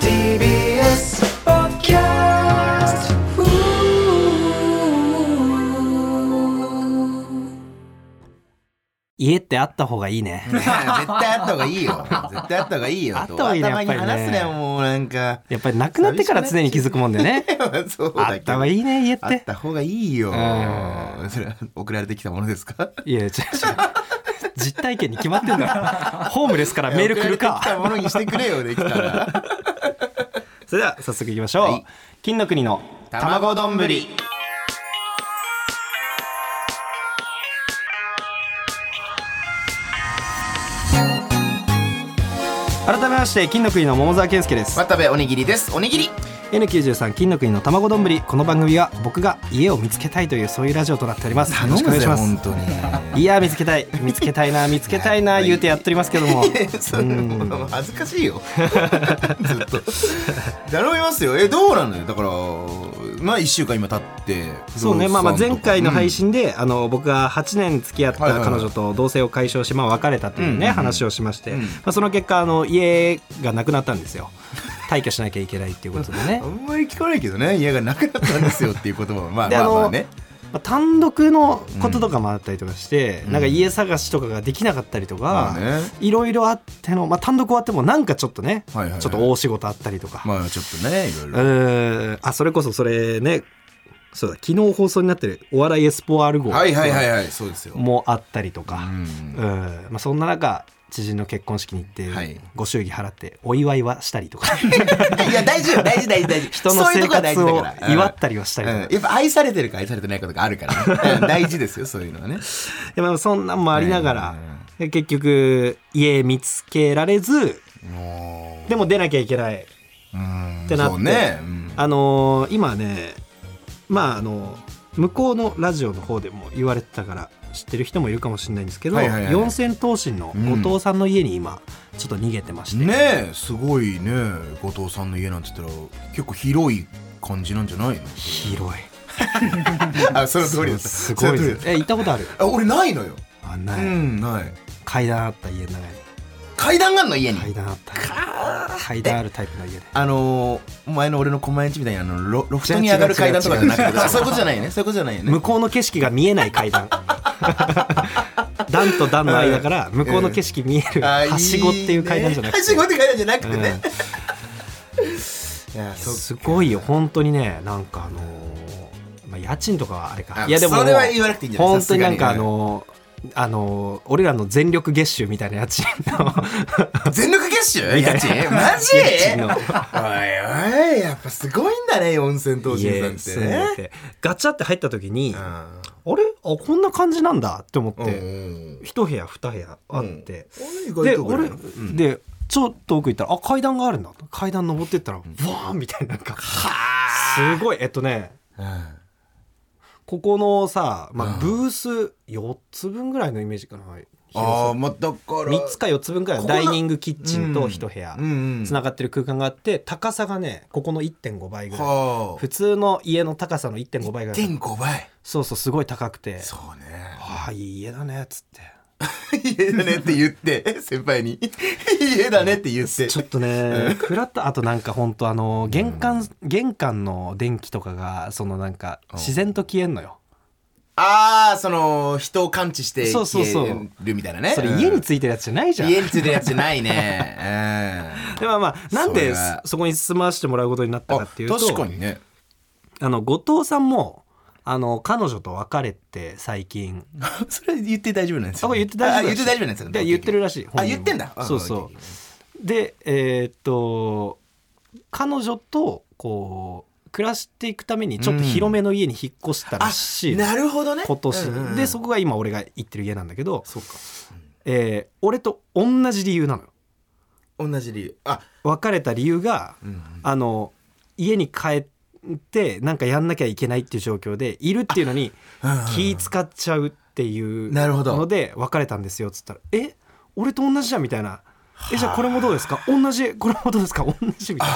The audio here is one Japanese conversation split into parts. TBS ポッドキャスト家ってあった方がいいね。 絶対あった方がいいよ。絶対あった方がいい よ。あった方がいいね頭に話すね、やっぱりねもうなんか。 やっぱりなくなってから常に気づくもんでね。そうあだっけどた方がいいね、家っ。あってた方がいいよ。んそれは送られてきたものですかいや、違う違う。実体験に決まってんだろ。ホームレスからメール来る送られてきたか。ものにしてくれよ、できた ら。それでは早速行きましょう。はい金の国の卵丼ぶり。改めまして金の国の桃沢健介です。渡部おにぎりです。おにぎり。 N93 金の国の卵丼ぶり。この番組は僕が家を見つけたいというそういうラジオとなっております。よろしくお願いします。当に。 いや見つけたい見つけたいな見つけたいな言うてやっておりますけどもそんなもう恥ずかしいよ ずっと頼みますよえどうなのよだからまあ1週間今経ってそうね、まあ、まあ前回の配信信で、あの僕が8年付き合ったはいはいはい彼女と同棲を解消し、まあ、別れたというね、うんうんうん話をしまして、うんまあ、その結果あの家がなくなったんですよ退去しなきゃいけないっていうことで ねあ、んまり聞かないけどね家がなくなったんですよっていう言葉 はまあでまああのまあねまあ、単独のこととかもあったりとかして、うんなんか家探しとかができなかったりとまか、あねいろいろあっての、まあ、単独終わってもなんかちょっとね、はいはいはいちょっと大仕事あったりとか、まあちょっとねいろいうろーんあそれこそそれねそうだ昨日放送になってる「お笑いエスポワール号」はいはいはいはいそうですよもあったりとか、うんうんまあ、そんな中知人の結婚式に行って、はいご祝儀払ってお祝いはしたりとかいや大事よ大事大事大事人の そういう生とこは大活事だをから祝ったりはしたうりんとか、うんやっぱ愛されてるか愛されてないかとかある からねうん大事ですよそういうのはねでまあそんなんもありながら、うんうんうんで結局家見つけられずもでも出なきゃいけない、ううんってなってそうねうんあのー今ねまああの向こうのラジオの方でも言われてたから知ってる人もいるかもしれないんですけど、はいはいはい四千頭身の後藤さんの家に今ちょっと逃げてまして、ねえすごいね後藤さんの家なんて言ったら結構広い感じなんじゃ ないの広いあその通りだったすごいその通りですだっえ行ったことあるたあ俺ないのよあうない、んない階段あった家の中に階段があんの家に、階段あった階段あるタイプの家であのー、前の俺の狛江んちみたいにあのロロフトに上がる階段とかじゃなく違う違う違てう違うあそういうことじゃないよねそういうことじゃないよね向こうの景色が見えない階段段と段の間から向こうの景色見えるあいいねはしごっていう階段じゃなくはしてごって階段じゃなくてうんね、 いやそすごいよ本当にねなんかあのーまあ家賃とかはあれかあいやでもそれは言わなくていいんじゃない本当になんかさあすがにのーあのー俺らの全力月収みたいな家賃の全力月収 家賃マジ家賃のおいおいやっぱすごいんだね四千頭身家さんって住んねでてガチャって入った時に、うあんれあこんな感じなんだって思って、うん一部屋二部屋あって、うんで意外とこれ俺、うんでちょっと奥行ったらあ階段があるんだと階段登ってったらわーみたいななんかすごいえっとねここのさ、まあ、ブース4つ分ぐらいのイメージかなああ広まあだからさ3つか4つ分ぐらいのここダなイニングキッチンと一部屋うんうんつながってる空間があって高さがねここの1.5倍ぐらいは普通の家の高さの1.5倍ぐあらい1.5倍そうそうすごい高くてそうねああいい家だねっつって家だねって言って先輩に家だねって言ってちょっとね、くらった、あとなんか本当あの、玄関、玄関の電気とかが、そのなんか、自然と消えんのよ。ああその人を感知してそうそうそう消えるみたいなねそれ家につついてるやつじゃないじゃん。家についてるやつじゃな いねでまあまあ、なんそれでそはそこに住まわしてもらうことになったうんかあっていうと、確かにね あの、後藤さんも、あの、彼女と別れて最近、それ言って大丈夫なんですあこれ言って大丈夫あ言って大丈夫なんですよで言ってるらしい本人も言ってんだあそうそオッケーオッケうでえーっと彼女とこう暮らしていくためにちょっと広めの家に引っ越したらしいの、なるほどね今年、うんうんうんでそこが今俺が行ってる家なんだけど、そうかえー俺と同じ理由なのよ同じ理由あ別れた理由が、あの家に帰ってなんかやんなきゃいけないっていう状況でいるっていうのに気使っちゃうっていうなるほどので別れたんですよっつったら「え俺と同じじゃん」みたいな「えじゃあこれもどうですか同じこれもどうですか同じ」みたい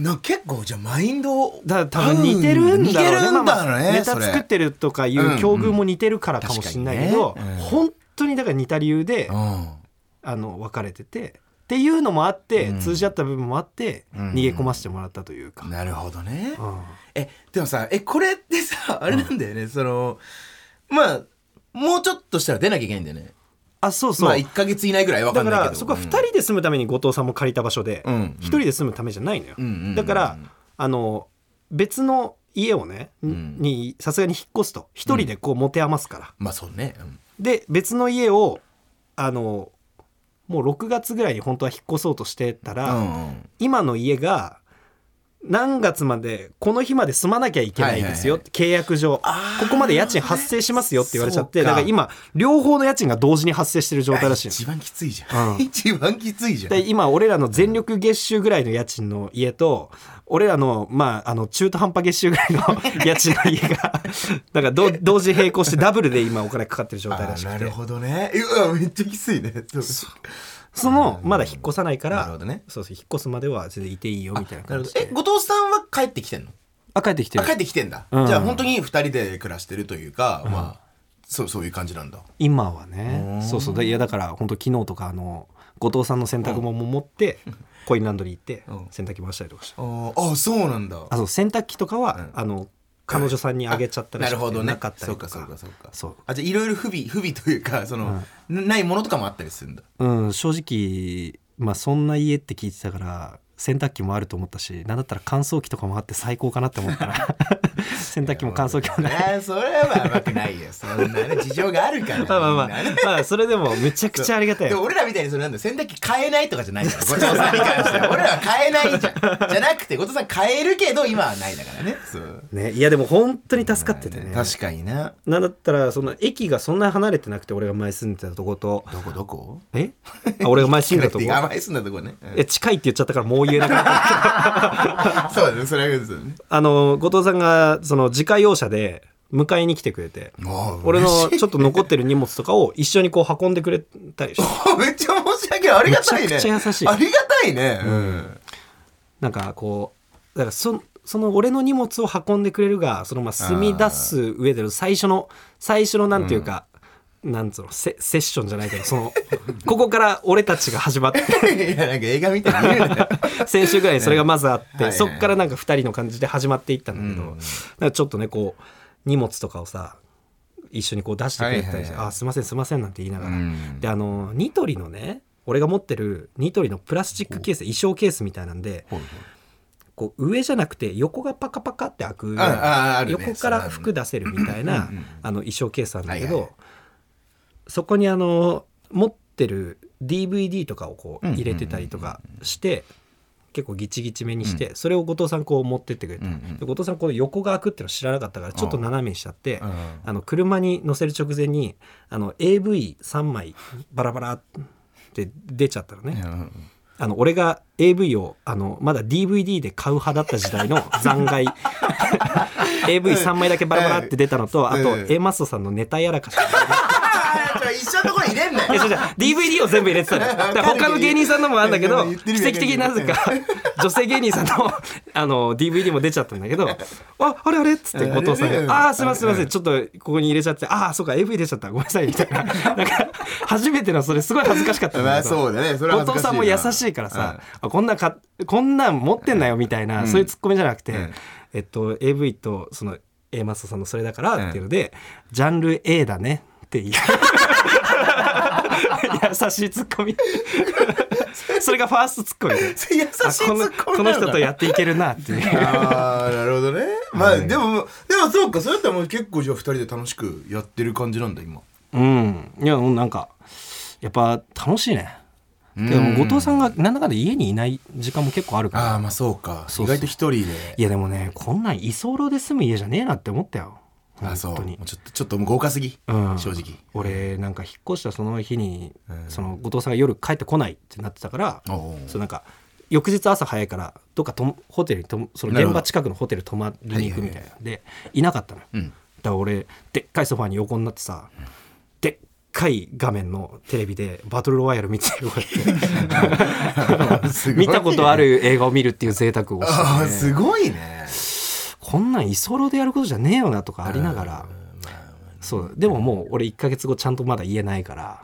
な。な結構じゃあマインドだ多分似てるんだろうね,、うん似てるんだろうねまあまあネそタれ作ってるとかいうんううん境遇も似てるからかもしれないけど、確かにねうん本当にだから似た理由でうんあの分かれててっていうのもあって、うん通じ合った部分もあって、うん逃げ込ませてもらったというか、なるほどねうんえでもさえこれってさあれなんだよね、そのまあもうちょっとしたら出なきゃいけないんだよねあそうそう、まあ1か月以内ぐらいわだかんかないけどらそこは2人で住むために後藤さんも借りた場所で、うんうん一1人で住むためじゃないのよ、うんうんうんうんだからあの別の家をねうんにさすがに引っ越すと1人でこう持て余すから、まあそうね、うんで別の家をあのもう6月ぐらいに本当は引っ越そうとしてたら、うんうん今の家が何月までこの日まで住まなきゃいけないですよ、はい契約上こあーこまで家賃発生しますよって言われちゃってそうかだから今両方の家賃が同時に発生してる状態らしいの一番きついじゃん、うん一番きついじゃんで今俺らの全力月収ぐらいの家賃の家と俺らの,、まあ、あの中途半端月収ぐらいの家賃の家 がだからど同時並行してダブルで今お金かかってる状態らしあくーなるてほどねうわめっちゃきついねそのまだ引っ越さないかならるほどねそうそう引っ越すまでは全然いていいよみたいなな感るほじどえで後藤さんは帰ってきてんのあ帰ってきてある帰ってきてんだ、うんじゃあ本当に二人で暮らしてるというか、まあそうそういう感じなんだ今はうねんそうそうだいやだから本当昨日とかあの後藤さんの洗濯物も持 ってコインランドリー行ってうん洗濯機回したりとかしたあーあそうなんだあそう洗濯機とかは、うんあの彼女さんにあげちゃったりなしるてほどねなかったそりうとかそうかかそうかそうあじゃあいろいろ不備不備というかその、なないものとかもあったりす るんだうん正直まあそんな家って聞いてたから洗濯機もあると思ったしなんだったら乾燥機とかもあって最高かなって思った ら洗濯機も乾燥機もないねそれは甘くないよそんなね事情があるからまあまあまあみんなねまあそれでもめちゃくちゃありがたいでよ俺らみたいにそれなんだ洗濯機買えないとかじゃないから後藤さんに関しては俺らは買えないじゃんじゃなくて後藤さん買えるけど今はないだからねそうねいやでも本当に助かっててね確かにななんだったらその駅がそんなに離れてなくて俺が前住んでたとことどこどこ えあ俺が前住んでたとこ甘いすんだとこねうんえ近いって言っちゃったからもう言えなくなったそうだねそれは言うんですよねあの後藤さんがその自家用車で迎えに来てくれて俺のちょっと残ってる荷物とかを一緒にこう運んでくれたりして めっちゃ申し訳ないありがたいねめちゃくちゃ優しいありがたいねうんなんかこうだからそその俺の荷物を運んでくれるがそのまあ住み出す上での最初の最初のなんていうか、なんつうのセセッションじゃないけどそのここから俺たちが始まって いやなんか映画みたいに言うなよ先週ぐらいにそれがまずあって、はいはいそっからなんか2人の感じで始まっていったんだけど、うんなんかちょっとねこう荷物とかをさ一緒にこう出してくれたりして「はいはいはいあすいませんすいません」なんて言いながら、うんであのニトリのね俺が持ってるニトリのプラスチックケース衣装ケースみたいなんでこう上じゃなくて横がパカパカって開くようなあああるね横から服出せるみたいなうんうんあの衣装ケースなんだけど、はいはいそこにあの持ってる DVD とかをこう入れてたりとかして、結構ギチギチめにして、それを後藤さんこう持ってってくれた、うんうんで後藤さんこう横が開くっていうの知らなかったからちょっと斜めにしちゃって。うんあの車に乗せる直前にあの AV3 枚バラバラって出ちゃったのね、うんあの俺が AV をあのまだ DVD で買う派だった時代の 残骸 AV3 枚だけバラバラって出たのとあとええ A マストさんのネタやらかしあーちょ一緒のとこに入れんなよいやそうじゃ DVD を全部入れてたの よだから他の芸人さんのもあるんだけど言って奇る意味跡的になぜか 女性芸人さんのあの DVD も出ちゃったんだけど「ああれあれ?」っつって後藤さあれんねが「ああーすいませんすいませんちょっとここに入れちゃってああそうか AV 出ちゃったごめんなさい」みたいななんか初めてのそれすごい恥ずかしかったんまだあけどそうだねそれは後藤恥ずかしいさんも優しいからさ、あこんなんかこんなん持ってんなよみたいな、そういうツッコミじゃなくて、んえっと AV とその A マストさんのそれだからっていうので、ジャンル A だねっていう優し いツッコ ミそれがファーストツッコミで 優しいツあこのッコミこの人とやっていけるなっていうああなるほどねまあでもでもそうかそれだったらもう結構じゃあ2人で楽しくやってる感じなんだ今うんいやもうなんかやっぱ楽しいねでも後藤さんがなんだかんだ家にいない時間も結構あるからああまあそうかそうそう意外と一人いでやでもねこんなん居候で住む家じゃねえなって思ったよあそう本当にもうちょっとちょっともう豪華すぎうん正直俺なんか引っ越したその日に、うんその後藤さんが夜帰ってこないってなってたから、おうおうそうなんか翌日朝早いからどっかともホテルにともそのなる現ほど場近くのホテル泊まりに行くみたいな、でいなかったのよ、うんだから俺でっかいソファーに横になってさ、でっかい画面のテレビでバトルロワイヤル見てこ うやって すごい見たことある映画を見るっていう贅沢をして ああすごいねこんなん居候でやることじゃねえよなとかありながら、そうでももう俺1ヶ月後ちゃんとまだ言えないから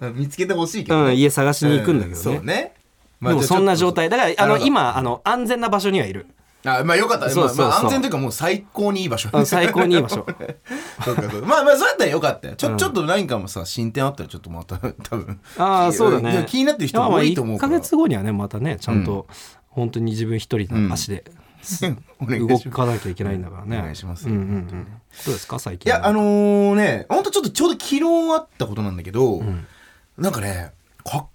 まあ見つけてほしいけど、うん、家探しに行くんだけどね,、そうね、でもそんな状態だからあのなるほど今あの安全な場所にはいるあまあよかったねそうそうそうまあ、まあ安全というかもう最高にいい場所あの最高に いい場所そうかそうかまあまあそうやったらよかったよちょ,、ちょっと何かもさ進展あったらちょっとまた 多分ああそうだね気気になってる人も多いと思うからまあまあ1ヶ月後にはねまたねちゃんと本当に自分一人の足でお願い しま動すかなきゃいけないんだからね、お願いしますうんうんうんどうですか最い近やあのー、ねほんとちょっとちょうど昨日あったことなんだけど、なんかねかっ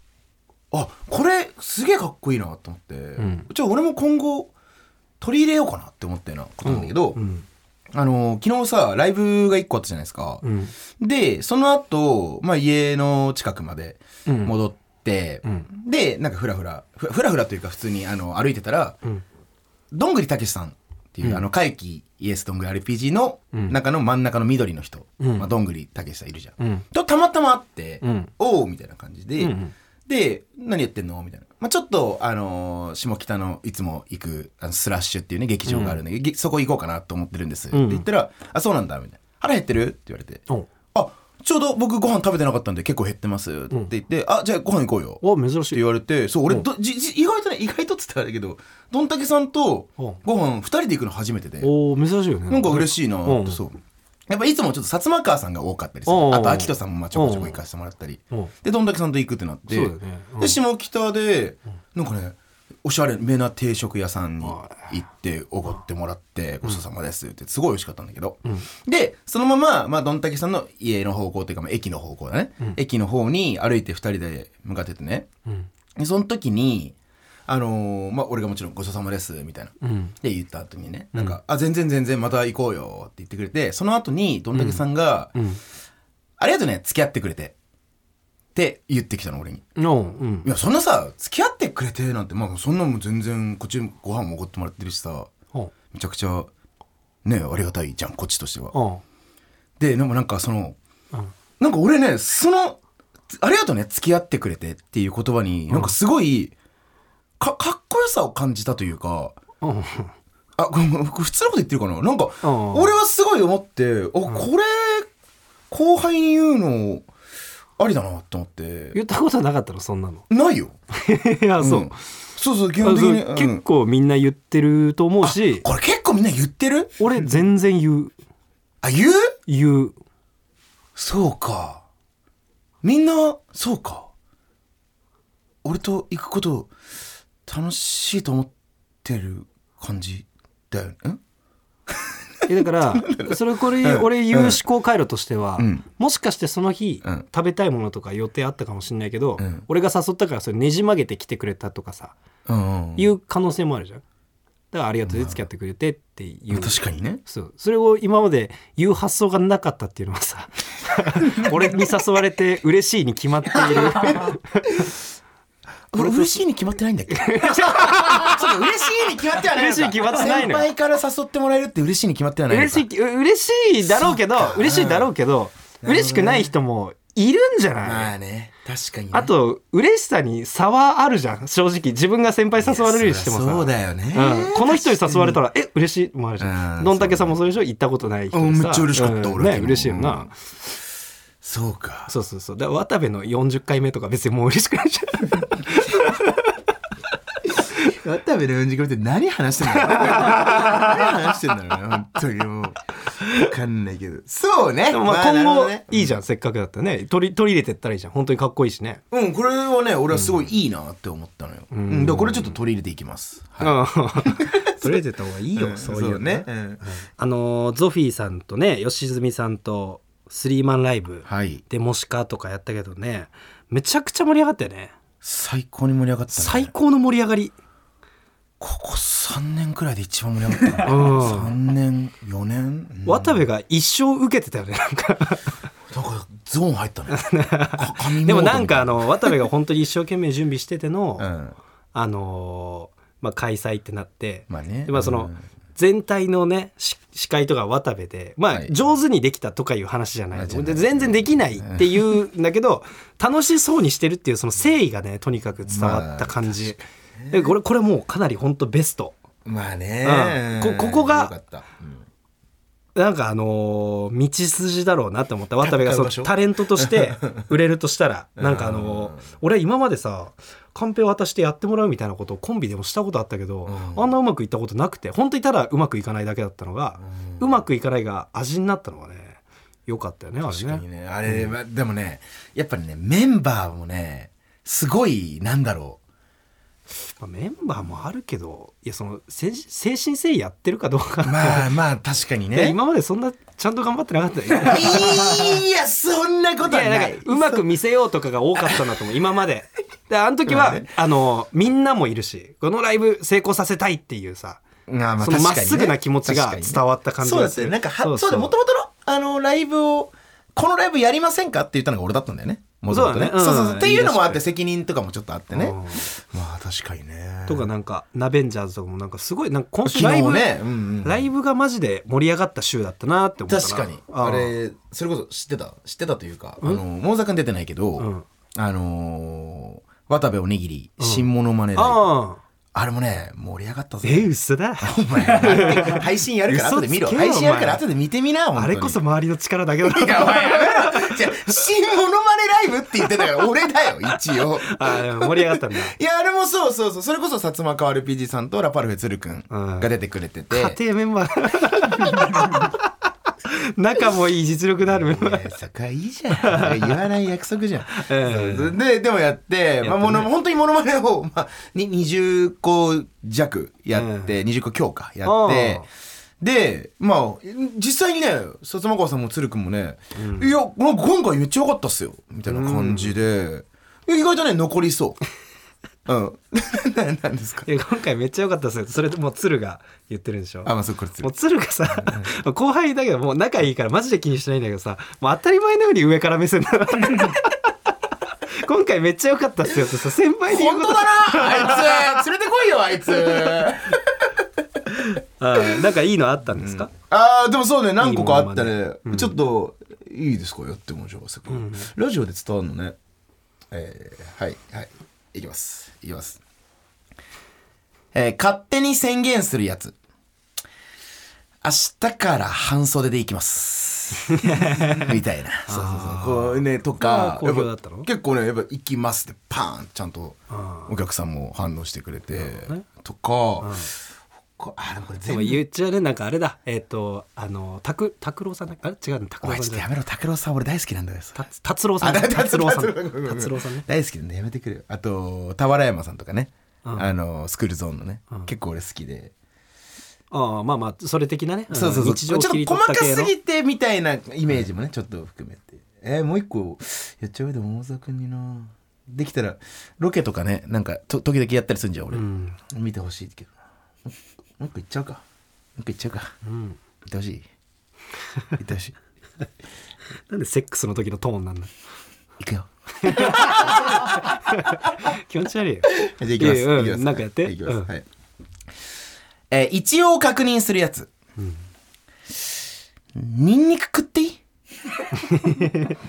あこれすげえかっこいいなと思って、んじゃあ俺も今後取り入れようかなって思ったようなことなんだけど、うんあのー昨日さライブが1個あったじゃないですか、うんでその後、まあ家の近くまでうん戻って、んでなんかふらふらふふらふらというか普通にあの歩いてたら、んどんぐりたけしさんっていう、あの怪奇イエスどんぐり RPG の中の真ん中の緑の人、うんまあ、どんぐりたけしさんいるじゃん、うんとたまたま会って「うんおお」みたいな感じで、うんうんで「何やってんの?」みたいな、まあ、ちょっと、あのー下北のいつも行くあのスラッシュっていうね劇場があるんで、げそこ行こうかなと思ってるんです、んって言ったら「あそうなんだ」みたいな「腹減ってる?」って言われて「おあちょうど僕ご飯食べてなかったんで結構減ってます」って言って「あじゃあご飯行こうよ」お珍ってしい言われてそう俺どじじ意外とね意外とっつったらあれだけどどんたけさんとうんご飯2人で行くの初めてでお珍しいよねなんか嬉しいなうんそうやっぱいつもちょっと薩摩川さんが多かったりするうんあと秋人さんもまあちょこちょこ行かせてもらったりうんでどんたけさんと行くってなってそうだよねうんで下北でなんかねおしゃれめな定食屋さんに行っておごってもらってごちそうさまですってすごい美味しかったんだけどでそのまままあどんたけさんの家の方向というかまあ駅の方向だね駅の方に歩いて2人で向かっててねうんでその時に、あのーまあ、俺がもちろん「ごちそうさまです」みたいな、うんで言った後にねなんか、あ全然全然また行こうよ」って言ってくれてその後にどんたけさんが「んありがとうね付き合ってくれて」って言ってきたの俺に。おうんいやそんなさ付き合ってくれてなんて、まあ、そんなもん全然こっちご飯もおごってもらってるしさおめちゃくちゃねありがたいじゃんこっちとしては。おででもなんかそのうんなんか俺ね、その、ありがとうね、付き合ってくれてっていう言葉に、なんかすごい、か、かっこよさを感じたというか、うんあ、ごめん普通のこと言ってるかななんか、うん俺はすごい思って、あ、これ、後輩に言うの、ありだなって思って、言ったことなかったのそんなの ないよ。いやそんうそうそう、基あ本的そうに。うん結構みんな言ってると思うしこれ結構みんな言ってる俺全然言うあ、言う言うそうか。みんな、そうか。俺と行くこと、楽しいと思ってる感じだよね。んえだ からそれこれうん俺言ううん思考回路としては、うんもしかしてその日、うん食べたいものとか予定あったかもしれないけど、うん俺が誘ったからそれねじ曲げて来てくれたとかさ、うんいう可能性もあるじゃんだからありがとうで付き合ってくれてっていう、確かにね。そうそれを今まで言う発想がなかったっていうのは さ俺に誘われて嬉しいに決まってい る 俺、嬉しいに決まってないんだっけそうか、 嬉しいに決まってはないの嬉か。しいに決まってないのよ先輩から誘ってもらえるって嬉しいに決まってはないのか。嬉しい嬉しいだろうけどそっか嬉しいだろうけど嬉しくない人もいるんじゃない、まあね、確かに、ね。あと嬉しさに差はあるじゃん正直自分が先輩誘われるにしてもさいやそうだよね。うん、この人に誘われたら「え嬉しい」もあるじゃうんんどんたけさんもそうでしょ行ったことない人うでんさめっちゃ嬉しかったうん俺ね嬉しいよな、うんそうか。そうそうそうだから渡部の40回目とか別にもう嬉しくないじゃん 渡部のうんじ組って何話してんだろう何話してんだろうね本当にもう分かんないけどそうねでもまあまあな今るほど後ねいいじゃんせっかくだったらね取り取り入れてったらいいじゃん本当にかっこいいしね、うんこれはね俺はすごいいいなって思ったのよ、うんだからこれちょっと取り入れていきます、はうん 取り入れてった方がいいよ、うんそういうのうんあのーゾフィーさんとね吉住さんとスリーマンライブはいでもしかとかやったけどねめちゃくちゃ盛り上がったよね最高に盛り上がった、ね、最高の盛り上がりここ3年くらいで一番盛り上が った、ね、うん3年4年、うん、渡部が一生受けてたよねなんかなんかゾーン入った ねか神モードみたいでもなんかあの渡部が本当に一生懸命準備してての、うんあのーまあ、開催ってなって、まあねでまあそのうん全体のねし司会とか渡部で、まあは、い上手にできたとかいう話じゃない,、あじゃないで全然できないっていうんだけど楽しそうにしてるっていうその誠意がねとにかく伝わった感じ、でこれこれもうかなり本当ベストまあねうんこここがよかったうんなんかあのー道筋だろうなって思った渡部がその戦う場所タレントと して売れるとしたらなんかあのー俺今までさカンペ渡してやってもらうみたいなことをコンビでもしたことあったけど、うんあんなうまくいったことなくて本当にただうまくいかないだけだったのが、うまくいかないが味になったのがね良かったよねあ確かれにね。ねあれは、でもねやっぱりねメンバーもねすごいなんだろまあメンバーもあるけどいやそのせ精神性やってるかどうか、うまあ まあ確かにいやね 今までそんなちゃんと頑張ってなかったよいやそんなことはいやなないんかうまく見せようとかが多かったなと 思う今までであの時は、あのみんなもいるしこのライブ成功させたいっていうさまあまあその確まっかにねすぐな気持ちが伝わった感じそうがですすねるなんかはそうそうだもともとのあのライブをこのライブやりませんかって言ったのが俺だったんだよねもともとそねうだねそうそううそうんっていうのもあって責任とかもちょっとあってねうんまあ確かにねとかなんかナベンジャーズとかもなんかすごいなんか今週昨ライ日ブ、ねうんうんライブがマジで盛り上がった週だったなって思ったな確かにああれれそれこそ知ってた知ってたというかあの桃沢君出てないけど、んあのー渡部おにぎり新モノマネライブあああれもね盛り上がったえぜ嘘だお前配信やるから後で見ろ嘘つけよ配信やるからお前後で見てみな本あ当にれこそ周りの力だけだいやお前やめろじゃあ新モノマネライブって言ってたから俺だよ一応 あーでも盛り上が ったんだいやあれもそうそうそうそれこそ薩摩川 RPG さんとラパルフェ鶴くんが出てくれてて、家庭メンバー 仲もいい実力のあるメンバーいやそこはいいじゃんそれ言わない約束じゃん、ええそうででもやってまあ、もの本当にモノマネを、まあ、に20個弱やって、20個強化やってああでまあ実際にね薩摩川さんも鶴くんもね「いやなんか今回めっちゃ良かったっすよ」みたいな感じで、いや意外とね残りそう。うん、 ななんですか いや今回めっちゃ良かったですよそれともう鶴が言ってるんでしょあまあそうこれ 鶴もう鶴がさ、後輩だけどもう仲いいからマジで気にしてないんだけどさもう当たり前のように上から目線 だ今回めっちゃ良かったっすよってさ先輩に言う本こ当だなあいつ連れてこいよあいつとうんなんかいいのあったんですか、ああでもそうね何個かあったいいもねのまでうんちょっといいですかやってもじゃあせっかくラジオで伝わるのねえー、はいはいいきますいきますえー、勝手に宣言するやつ明日から半袖でいきます みたいなそうそうそうこうねとかこれは好評だったのやぱ結構ねやっぱ「行きます」ってパーンちゃんとお客さんも反応してくれて、とか、こあでもこれで全も部言っちゃねなんかあれだえっ、とあの拓拓郎さんだあれ違うのお拓郎前さんじちょっとゃなやいめろ拓郎さん俺大好きなんだよさ達達郎さんあだ達郎さん達郎ごめんごめん達郎さんね大好きなんでやめてくれよあと俵山さんとかね、あのスクールゾーンのね、結構俺好きで、ああまあまあそれ的なねそうそうそううん日ち常ょをっと切り取っ細たか系すのぎてみたいなイメージもね、ちょっと含めてえーもう一個やっちゃうよでも桃沢君になできたらロケとかねなんかと時々やったりするんじゃん俺、ん見てほしいけどなもう一個いっちゃうかもう一個いっちゃうか、いってほしいいってほしいなんでセックスの時のトーンなんだいくよ気持ち悪いよじゃあいきます。いやいやうんいきますなんかやってはいいきますうんはいえー一応確認するやつ。ニンニク食っていい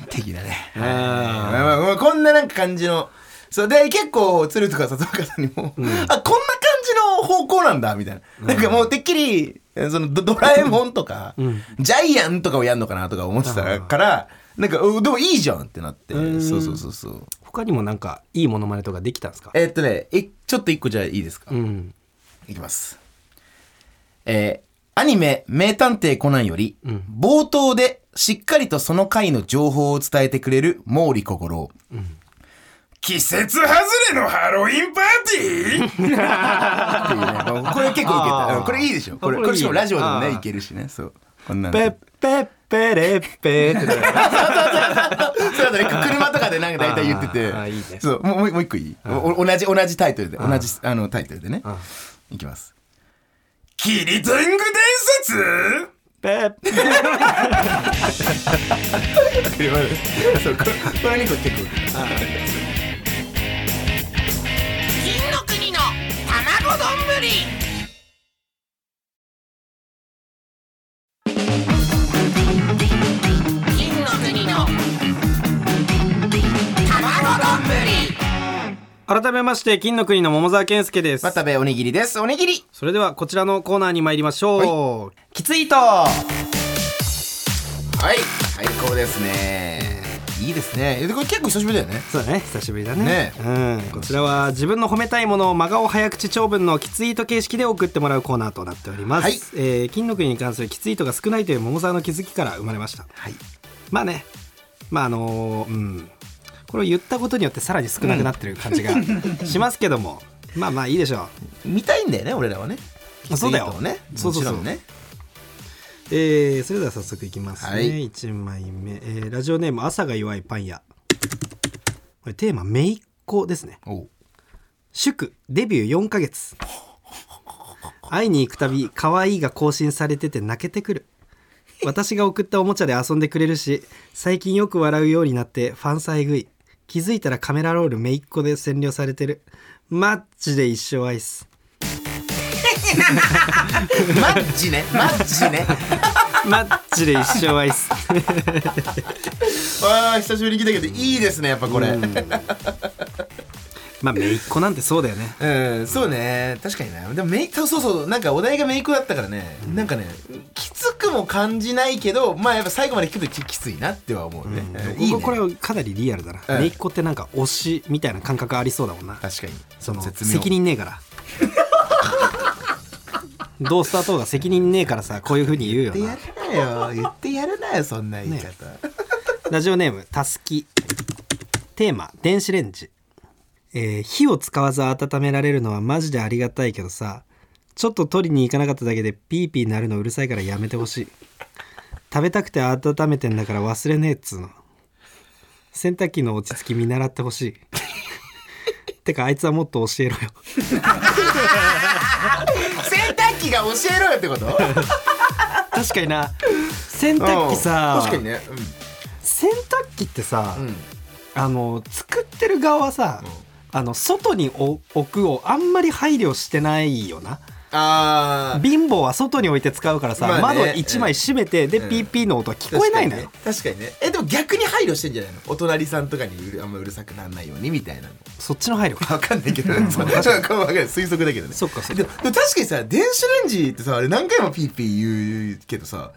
的な ね。ああまあまあまあこんななんか感じの。そうで結構鶴とか里岡さんにも、あこんな感じの方向なんだみたいな、なんかもうてっきりえーそのドドラえもんとか、ジャイアンとかをやるのかなとか思ってたからなんかうんでもいいじゃんってなってそうそうそうそう他にもなんかいいモノマネとかできたんですかえーっとねいちょっと一個じゃあいいですか、うんいきます。えーアニメ、名探偵コナンより、冒頭でしっかりとその回の情報を伝えてくれる毛利小五郎。季節外れのハロウィンパーティーっていうね、もうこれ結構いけあた。ーうんこれいいでしょこれ、あこれいいこれしかもラジオでもあね、ーいけるしね、そう。こんな「のペッペッペレッペ」ってそうだね、車とかでなんか大体言ってて。あーあーいいねそう、もうもうもう一個いいお同じ、同じタイトルで、同じ、あの、タイトルでね。いきます。キリトング伝説ペッペ そう、ここれ二個結構。金の国の卵丼金の国の卵丼改めまして金の国の桃沢健介です、渡部おにぎりです。おにぎり。それではこちらのコーナーに参りましょう、きついとははい最高ですねいいですねえでこれ結構久しぶりだよねそうだね久しぶりだねねうん、こちらは自分の褒めたいものを真顔早口長文のキツイート形式で送ってもらうコーナーとなっております、はいえー金の国に関するキツイートが少ないという桃沢の気づきから生まれましたはいまあねまああのーうんこれを言ったことによってさらに少なくなってる感 じがしますけども、まあまあいいでしょう見たいんだよね俺らはねあそうだよきついとねそうそうそうもちろんねえーそれでは早速いきますね、はい1枚目、えーラジオネーム「朝が弱いパン屋」これテーマ「めいっ子」ですねおう祝デビュー4ヶ月会いに行くたび「可愛いが更新されてて泣けてくる私が送ったおもちゃで遊んでくれるし最近よく笑うようになってファンサえぐい気づいたらカメラロールめいっ子で占領されてるマッチで一生アイスマッチねマッチねマッチで一生アイス わあ久しぶりに聞いたけどいいですねやっぱこれまあめいっ子なんてそうだよねうん、そうね確かにねでもメイクそうそうなんかお題がメイクだったからね、なんかねきつくも感じないけどまあやっぱ最後まで聞くとききついなっては思うね、うんいいねこれはかなりリアルだな、うんめいっ子ってなんか推しみたいな感覚ありそうだもんな確かにその絶妙責任ねえ からどうスタートが責任ねえからさこういうふうに言うよ言なってやるなよ言ってやるなよそんな言い方、ラジオネームたすきテーマ電子レンジ、えー火を使わず温められるのはマジでありがたいけどさちょっと取りに行かなかっただけでピーピー鳴るのうるさいからやめてほしい食べたくて温めてんだから忘れねえっつうの洗濯機の落ち着き見習ってほ しいてかあいつはもっと教えろよ洗濯機が教えろよってこと 確かにな洗濯機さ確かにね、洗濯機ってさ、うんうん、あの作ってる側はさ、あの外に置くをあんまり配慮してないよなあー貧乏は外に置いて使うからさ、まあね窓1枚閉めて、でうんピーピーの音は聞こえないのよ、確かにね確かにねえでも逆に配慮してんじゃないのお隣さんとかにうるあんまうるさくならないようにみたいなのそっちの配慮 かわかんないけど、ね、そうちょっとこれ わかんない推測だけどねそっかそっでかもでも確かにさ電子レンジってさあれ何回もピーピー言うけどさ、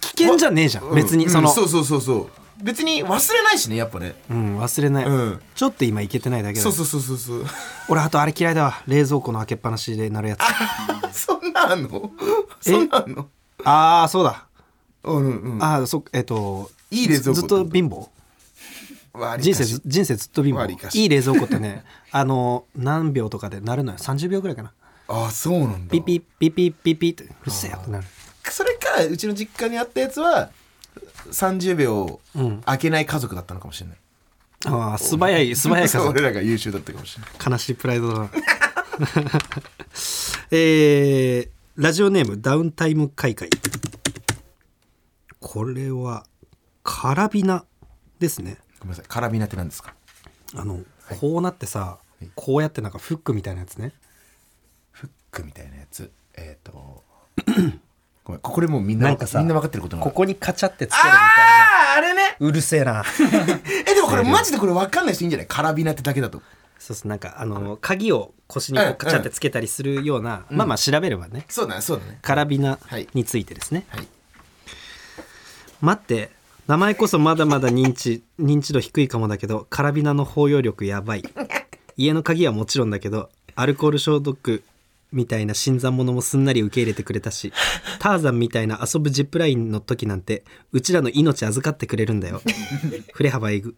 危険じゃねえじゃん、うん別にうんその、うんそうそうそうそう別に忘れないしねやっぱね忘れない、うんちょっと今いけてないだけだそうそうそうそうそう 俺あとあれ嫌いだわ冷蔵庫の開けっぱなしでなるやつあそんなんあんのそん なんあんのあーそうだうんうんああそえっ、といい冷蔵庫ずずっと貧乏割り人生かしず人生ずっと貧わりか乏しいい冷蔵庫って ねあの何秒とかで鳴るのよ30秒ぐらいかなああそうなんだピピピピピピってうるせえよってなるそれかうちの実家にあったやつは30秒うん開けない家族だったのかもしれない、ああ素早 い素早いか俺らが優秀だったかもしれない悲しいプライドだな えーラジオネームダウンタイム開会これはカラビナですねごめんなさいカラビナって何ですかあの、こうなってさこうやってなんかフックみたいなやつねフックみたいなやつえっ、ー、と ごめんここでもうみんななんかさみんな分かってることなのここにカチャってつけるみたいなあああれねうるせえなえでもこれマジでこれ分かんない人いいんじゃないカラビナってだけだとそうそうなんかあの鍵を腰にこうカチャってつけたりするような、まあまあ調べればね、そうだねそうだねカラビナはいについてですね、はい待って名前こそまだまだ認知 認知度低いかもだけどカラビナの包容力やばい家の鍵はもちろんだけどアルコール消毒みたいな新参者もすんなり受け入れてくれたしターザンみたいな遊ぶジップラインの時なんてうちらの命預かってくれるんだ よ振れ幅えぐ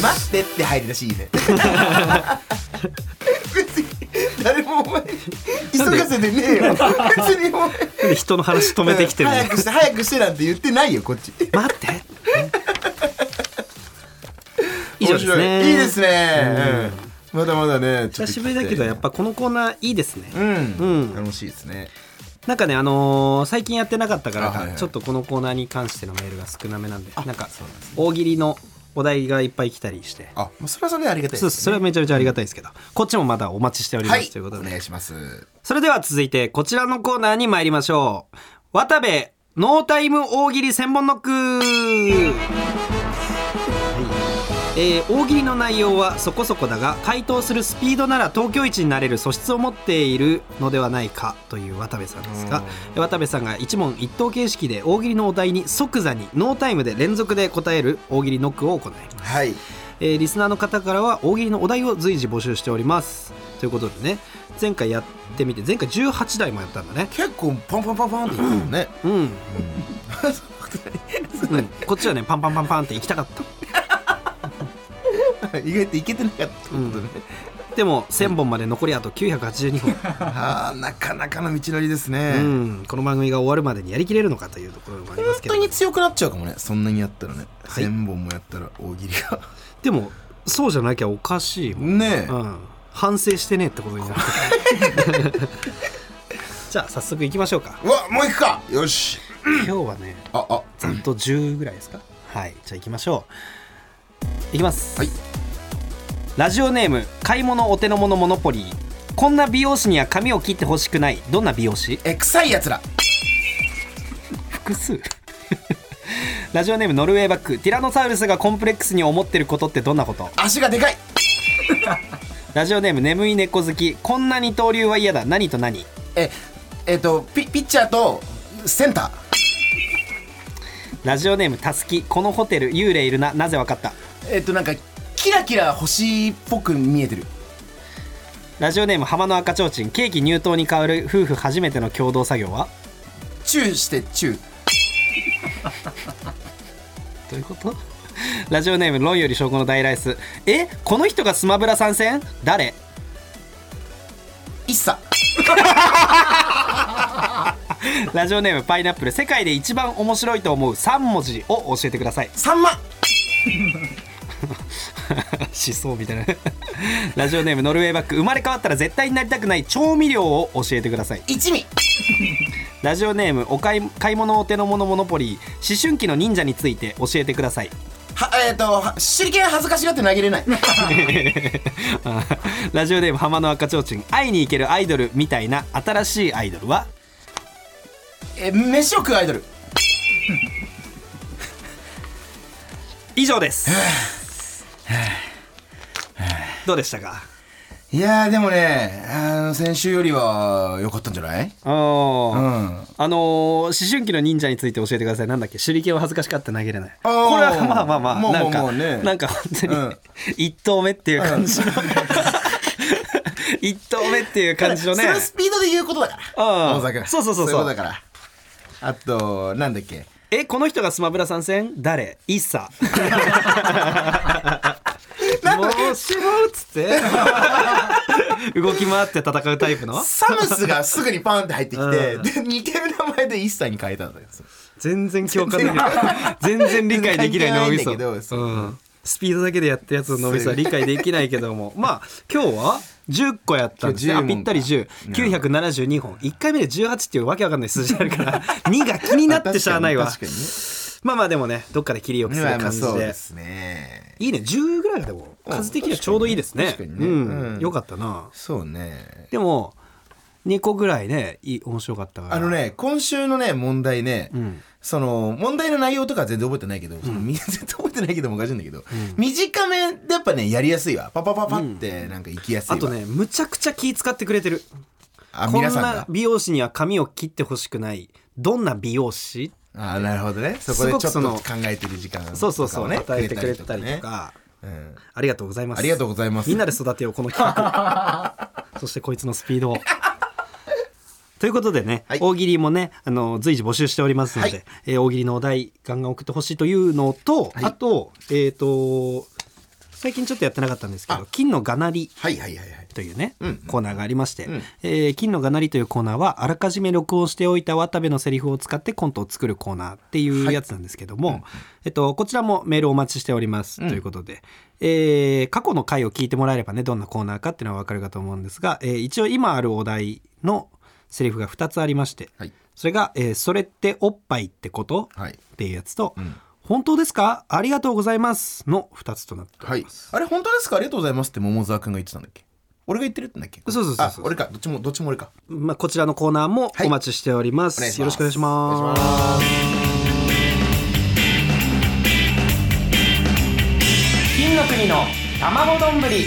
待ってって入りだしいい ね別に誰もお前急がせてねえ よ別におな前んで人の話止めてきてるの 早くして早くしてなんて言ってないよこっち待って。以上です ね。面白いいいですね、うん、まだまだねち久ょっと聞きたいしぶりだけどやっぱこのコーナーいいですね。うん、うん楽しいですねなんかねあのー最近やってなかったかあはいはらいちょっとこのコーナーに関してのメールが少なめなんでなんかそうなんです大喜利のお題がいっぱい来たりして。あまあそれはそれでありがたいそうでですそす、れね、はめちゃめちゃありがたいですけどこっちもまだお待ちしておりまはす、いということおで願いしますそれでは続いてこちらのコーナーに参りましょう渡部ノータイム大喜利千本ノックえー大喜利の内容はそこそこだが回答するスピードなら東京一になれる素質を持っているのではないかという渡部さんですが渡部さんが一問一答形式で大喜利のお題に即座にノータイムで連続で答える大喜利ノックを行いますはいえーリスナーの方からは大喜利のお題を随時募集しておりますということでね前回やってみて前回18台もやったんだね結構パンパンパンパンって言ってるねうん、うんこっちはねパンパンパンパンって行きたかった 意外といけてなかったってことね、でも1000本まで残りあと982本、あーなかなかの道のりですね、うん、この番組が終わるまでにやりきれるのかというところもありま本すけど当に強くなっちゃうかもねそんなにやったらね、はい1000本もやったら大喜利がでもそうじゃなきゃおかしいもん、ねえ、うん、反省してねえってことになる じゃあ早速行きましょうかうわもう行くかよし今日はねああざっと10ぐらいですかはいじゃあ行きましょういきます、はいラジオネーム買い物お手の物モノポリーこんな美容師には髪を切ってほしくないどんな美容師え臭いやつら複数 ラジオネームノルウェーバックティラノサウルスがコンプレックスに思ってることってどんなこと足がでかいラジオネーム眠い猫好きこんな二刀流は嫌だ何と何ええっ、とピピッチャーとセンターラジオネームたすきこのホテル幽霊いるななぜわかったえっ、となんかキラキラ星っぽく見えてるラジオネーム浜の赤ちょうちんケーキ入刀に代わる夫婦初めての共同作業はチューしてチューどういうこと ラジオネーム論より証拠の大ライスえこの人がスマブラ参戦誰イッサラジオネームパイナップル世界で一番面白いと思う3文字を教えてください サンマ思想みたいな ラジオネームノルウェーバック生まれ変わったら絶対になりたくない調味料を教えてください一味ラジオネームお買い買い物お手の物モノポリー思春期の忍者について教えてください はえっ、とは手裏剣恥ずかしがって投げれないラジオネーム浜の赤ちょうちん会いに行けるアイドルみたいな新しいアイドルはえ飯を食うアイドル以上ですどうでしたかいやーでもねあの先週よりは良かったんじゃないあー、んあのー思春期の忍者について教えてくださいなんだっけ手裏剣を恥ずかしかった投げれないこあれーはまあまあまあまあまなあんか、まあねなんか本当に、うん一投目っていう感じの、一投目っていう感じのねそのスピードで言うことだからうん大阪そうそうそうそうそういうことだからあとなんだっけえこの人がスマブラ参戦誰イッ サなんか面白いっつって 動き回って戦うタイプのサムスがすぐにパンって入ってきて、うんで似てる名前で一切に変えたんだよ全然共感できない 全然理解できない脳みそ、全然理解できないんだけどそううん、スピードだけでやったやつの脳みそは理解できないけど もまあ今日は10個やったんですね今あ日10問ぴったり10972本1回目で18っていうわけわかんない数字あるから 2が気になってしゃあないわ確かに確まあまあでもねどっかで切りよかくにすねるまあま感あじそうでですねいいね10ぐらいがでも数的にはちょうどいいですね確かにうねんうんよかったなそうねでも2個ぐらいねいい面白かったからあのね今週のね問題ね、んその問題の内容とかは全然覚えてないけど、そのみ 全然覚えてないけどもおかしいんだけど、短めでやっぱねやりやすいわパパパパってなんか行きやすいわ、あとねむちゃくちゃ気使ってくれてるあこん皆さんなが美容師には髪を切ってほしくないどんな美容師あなるほどねそこすでごちくょっそとの考えてる時間とかをねそうそうそう、与えてくれたりねとか、うんありがとうございますありがとうございますみんなで育てようこの企画 そしてこいつのスピードを ということでね、はい大喜利もねあの随時募集しておりますので、はいえー大喜利のお題ガンガン送ってほしいというのと、あとえっ、と最近ちょっとやってなかったんですけどあ金のがなりはいはいはいはいというね、うんコーナーがありまして、うんえー金のがなりというコーナーはあらかじめ録音しておいた渡部のセリフを使ってコントを作るコーナーっていうやつなんですけども、えっと、こちらもメールお待ちしております、ということで、えー過去の回を聞いてもらえればねどんなコーナーかっていうのは分かるかと思うんですが、えー一応今あるお題のセリフが2つありまして、はいそれが、えーそれっておっぱいってこと?」はいっていうやつと「ん本当ですかありがとうございます」の2つとなっております。はいあれ本当ですかありがとうございますって桃沢くんが言ってたんだっけ俺が言ってるってんだっけそうそうそうそうあ俺かどっちもどっちも俺かまあ、こちらのコーナーもはいお待ちしております。お願いしますよろしくお願いします。お願いし金の国の卵丼ぶり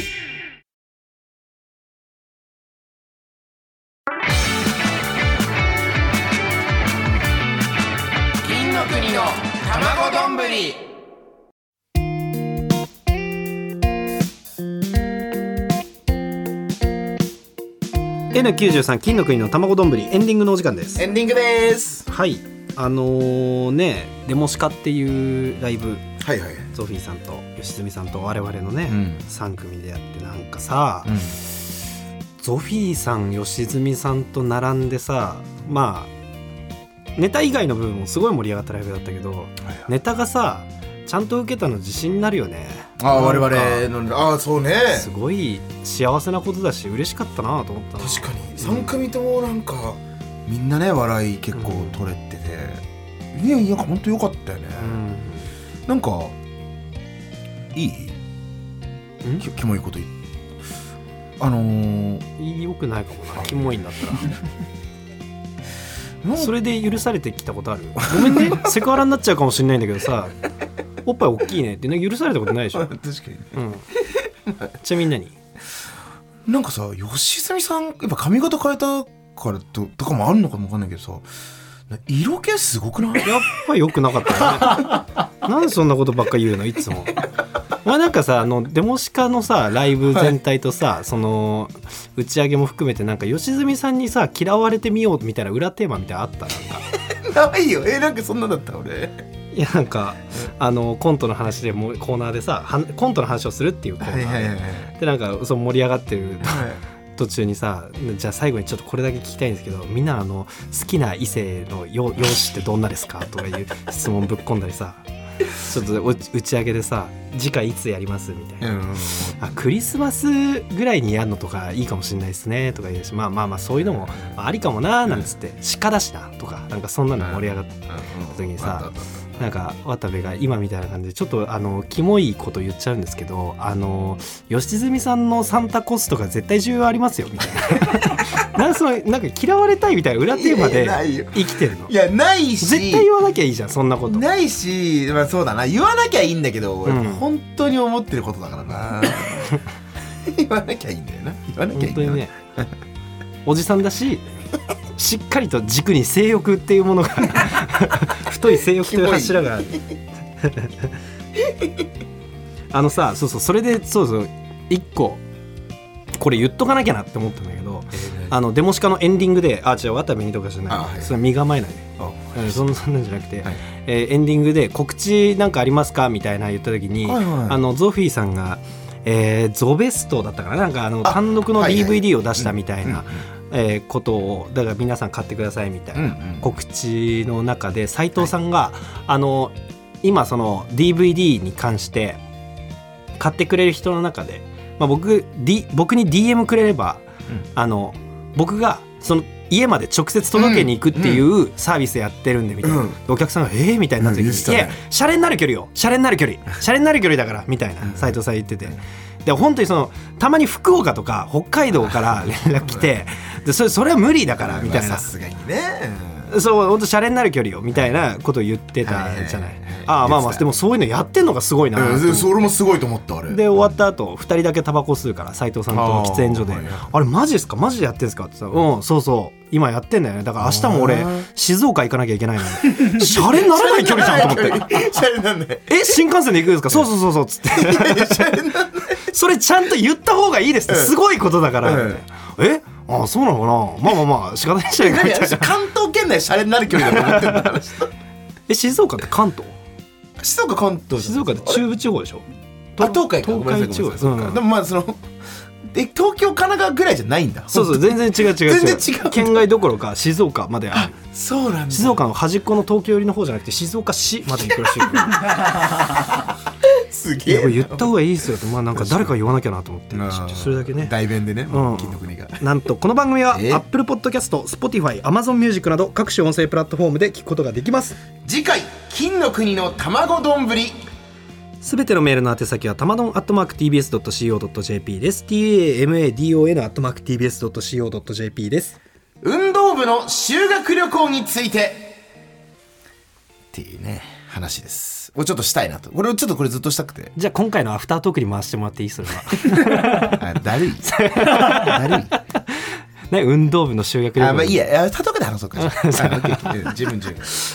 金の国の卵丼ぶりー N93 金の国の卵丼ぶりエンディングのお時間ですエンディングですはいあのーねデモシカっていうライブはいはいゾフィーさんと吉住さんと我々のね、うん3組でやってなんかさ、うんゾフィーさん吉住さんと並んでさまあネタ以外の部分もすごい盛り上がったライブだったけどネタがさちゃんと受けたの自信になるよねああな我んか々のああそうねすごい幸せなことだし嬉しかったなと思ったな確かに3組ともなんかみんなね笑い結構取れてていやいやほんとよかったよねうんなんかいいんきキモいこと言っあのー、良くないかもなキモいんだったらなん それで許されてきたことあるごめんね セクハラになっちゃうかもしれないんだけどさおっぱい大きいねってね許されたことない でしょ、確かにうん、ちなみに何なんかさ吉住さんやっぱ髪型変えたからととかもあるのかもわかんないけどさな色気すごくないやっぱ良くなかったね なんでそんなことばっか言うのいつもお前なんかさあのデモシカのさライブ全体とさ、その打ち上げも含めてなんか吉住さんにさ嫌われてみようみたいな裏テーマみたいなのあったなんかないよえなんかそんなだった俺いやなんかあのコントの話でもコーナーでさはんコントの話をするっていうコーナーはいで,、はいはいはいでなんかその盛り上がってる途中にさじゃあ最後にちょっとこれだけ聞きたいんですけどみんなあの好きな異性のよ容姿ってどんなですかとかいう質問ぶっ込んだりさちょっとお打ち上げでさ次回いつやりますみたいな。うんあクリスマスぐらいにやるのとかいいかもしれないですねとか言うしまあまあまあそういうのもまあありかもなーなんつって鹿だしなとかなんかそんなの盛り上がって時にさあったあったあったなんか渡部が今みたいな感じでちょっとあのキモいこと言っちゃうんですけどあの吉住さんのサンタコスとか絶対重要ありますよみたいな なんかそのなんか嫌われたいみたいな裏テーマいやなでいよ生きてるのいやないし絶対言わなきゃいいじゃんそんなことないし、まあ、そうだな言わなきゃいいんだけど、俺うん本当に思ってることだからな 言わなきゃいいんだよな言わなきゃい本いん当だよにな、ねおじさんだししっかりと軸に性欲っていうものが太い性欲という柱があるあのさそうそうそれでそうそう一個これ言っとかなきゃなって思ったんだけどあのデモシカのエンディングであ違う渡部にとかじゃないあはいそれ身構えないであうんそんそんなんじゃなくて、はいえーエンディングで告知なんかありますかみたいな言った時に、はいはいあのゾフィーさんが、えーゾベストだったかななんかあのあ単独のはいはい DVD を出したみたいなうん、えーことをだから皆さん買ってくださいみたいな、うんうん告知の中で斉藤さんが、あの今その DVD に関して買ってくれる人の中で、まあ、僕、D、僕に DM くれれば、うんあの僕がその家まで直接届けに行くっていうサービスやってるんでみたいな、うんでお客さんが「えー?」みたいになってうきん言ってて「たいねやシャレになる距離よシャレになる距離シャレになる距離だから」みたいな斉藤さん言ってて。で本当にそのたまに福岡とか北海道から連絡来てでそれそれは無理だからみたいまなあさすがにね、そう本当シャレになる距離よみたいなことを言ってたじゃないはいはいはいああまあま言あってたでもそういうのやってんのがすごいなと思ってうん、それもすごいと思ったあれで終わった後二人だけタバコ吸うから斉藤さんと喫煙所であーはい「あれマジですかマジでやってんですか?」って言ったら「うんそうそう今やってんだよねだから明日もあ俺ー静岡行かなきゃいけないのにシャレにならない距離じゃん」と思って。シャレなんだよ え新幹線で行くんですかそうそうそうそうっつって それちゃんと言った方がいいですってすごいことだから、うんえあそうなのかなまあまあまあ仕方ないじゃないかみ何た いな私関東圏内シャレになる距離だと思ってんだ話とえ静岡って関東 静岡関東じゃ静な岡いって中部地方でしょあ東海か東海地方ごめんなさいごめんなさいうんでもまあそのえ東京神奈川ぐらいじゃないんだそうそう全然違う違う違う全然違う県外どころか静岡まであるそうなんだ静岡の端っこの東京寄りの方じゃなくて静岡市まで行くらしいからすいげやこれ え言った方がいいですよってまあなんか誰か言わなきゃなと思ってちょなっとそれだけね代弁でね、うん金の国がなんとこの番組はえ Apple Podcast、Spotify、Amazon Music など各種音声プラットフォームで聞くことができます次回金の国の卵丼ぶりすべてのメールの宛先はたまどん @tbs.co.jp です tamadon @tbs.co.jp です運動部の修学旅行についてっていうね話ですです。これちょっとしたいなと。これをちょっとこれずっとしたくて。じゃあ今回のアフタートークに回してもらっていいそれはあ だるい。だるい。ね運動部の修学旅あ、行まあいいや。あ他とかで話 そうか。あ OK うん十分十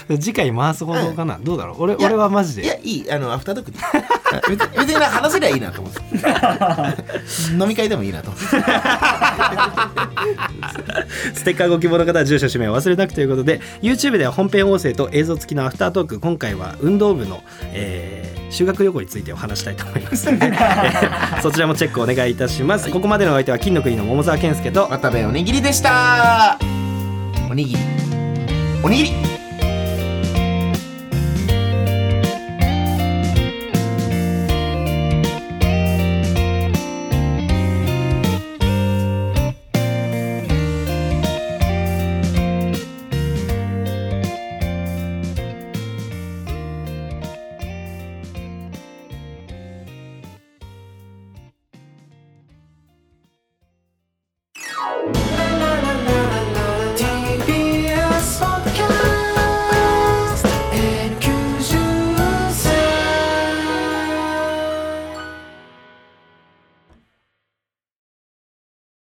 分。次回回す方法かな、どうだろう俺いや俺はマジいやでいいあのアフタートークであ別に別にな話せりゃいいなと 思って飲み会でもいいなと思ってステッカーご希望の方は住所氏名を忘れなくということで YouTube では本編音声と映像付きのアフタートーク今回は運動部の、えー修学旅行についてお話したいと思いますので、えーそちらもチェックお願いいたします、ここまでのお相手は金の国の桃沢健介と渡部おにぎりでしたおにぎりおにぎり